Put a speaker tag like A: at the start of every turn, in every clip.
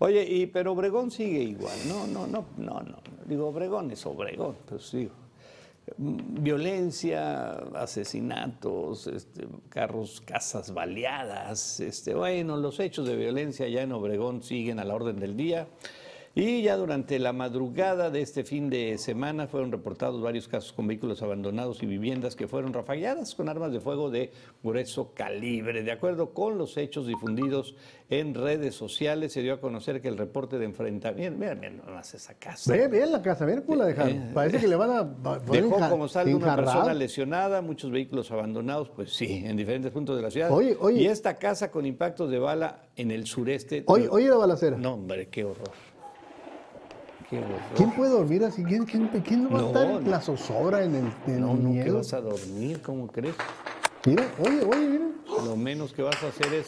A: Oye, y, pero Obregón sigue igual. No, no, no, no, no. Digo, Obregón es Obregón, pues digo. Violencia, asesinatos, este, carros, casas baleadas, este, bueno, los hechos de violencia ya en Obregón siguen a la orden del día. Y ya durante la madrugada de este fin de semana fueron reportados varios casos con vehículos abandonados y viviendas que fueron rafagueadas con armas de fuego de grueso calibre. De acuerdo con los hechos difundidos en redes sociales, se dio a conocer que el reporte de enfrentamiento. Miren, miren, nomás esa casa.
B: Ve, ve la casa, ve cómo la dejaron. Parece que le van a. va- van a
A: eh, Dejó
B: enja-
A: como saldo una
B: enjarrar.
A: persona lesionada, muchos vehículos abandonados, pues sí, en diferentes puntos de la ciudad.
B: Oye, oye.
A: Y esta casa con impactos de bala en el sureste.
B: Oye, oye la balacera.
A: No, hombre, qué horror. Qué horror.
B: ¿Quién puede dormir así? ¿Quién, quién, quién va a
A: No,
B: estar en
A: no.
B: la zozobra, en el, en
A: No,
B: el
A: no, que
B: miedo?
A: vas a dormir, ¿cómo crees?
B: Mira, oye, oye, mira.
A: Lo menos que vas a hacer es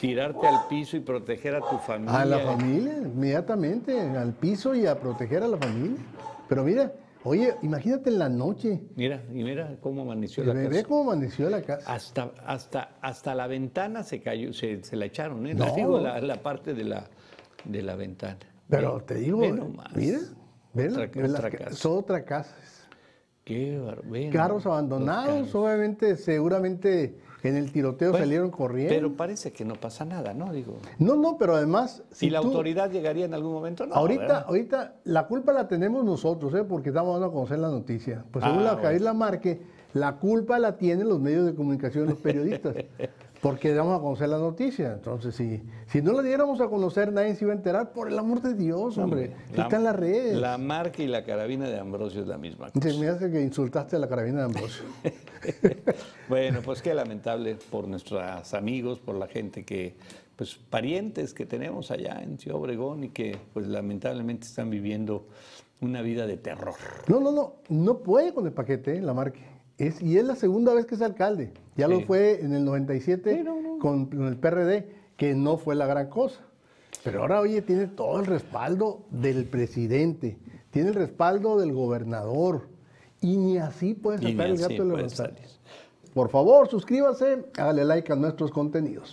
A: tirarte al piso y proteger a tu familia.
B: A la familia, inmediatamente, al piso y a proteger a la familia. Pero mira, oye, imagínate en la noche.
A: Mira, y mira cómo amaneció la
B: Ve ve
A: casa.
B: cómo amaneció la casa.
A: Hasta, hasta, hasta la ventana se cayó, se, se la echaron, ¿eh?
B: No.
A: Digo, la, la parte de la, de la ventana.
B: Pero te digo,
A: Ve nomás.
B: mira, ve la-
A: Otra ca-
B: ve las
A: otra
B: ca-
A: casa.
B: son otra casa.
A: Qué barbero.
B: Carros abandonados, obviamente, seguramente en el tiroteo salieron corriendo.
A: Pero parece que no pasa nada, ¿no? Digo.
B: no, no, pero además,
A: Si
B: si
A: la
B: tú-
A: autoridad llegaría en algún momento, no.
B: ahorita,
A: ¿verdad?
B: ahorita la culpa la tenemos nosotros, ¿eh? porque estamos dando a conocer la noticia. Pues según
A: Ah,
B: la
A: bueno.
B: Javier Marque, la culpa la tienen los medios de comunicación, los periodistas, porque damos a conocer la noticia. Entonces, si, si no la diéramos a conocer, nadie se iba a enterar, por el amor de Dios, hombre. Ahí está en las redes.
A: La marca y la carabina de Ambrosio es la misma. cosa.
B: Se me hace que insultaste a la carabina de Ambrosio.
A: Bueno, pues qué lamentable por nuestros amigos, por la gente que, pues parientes que tenemos allá en Ciudad Obregón y que, pues lamentablemente están viviendo una vida de terror.
B: No, no, no, no puede con el paquete, eh, la marque. Es, y es la segunda vez que es alcalde. Ya lo
A: Sí.
B: fue en el 97
A: Sí, no, no.
B: Con, con el PRD, que no fue la gran cosa. Pero ahora, oye, tiene todo el respaldo del presidente, tiene el respaldo del gobernador. Y ni así puede
A: Y ni
B: sacar el
A: así
B: gato de los
A: puede
B: Por favor, suscríbase, hágale like a nuestros contenidos.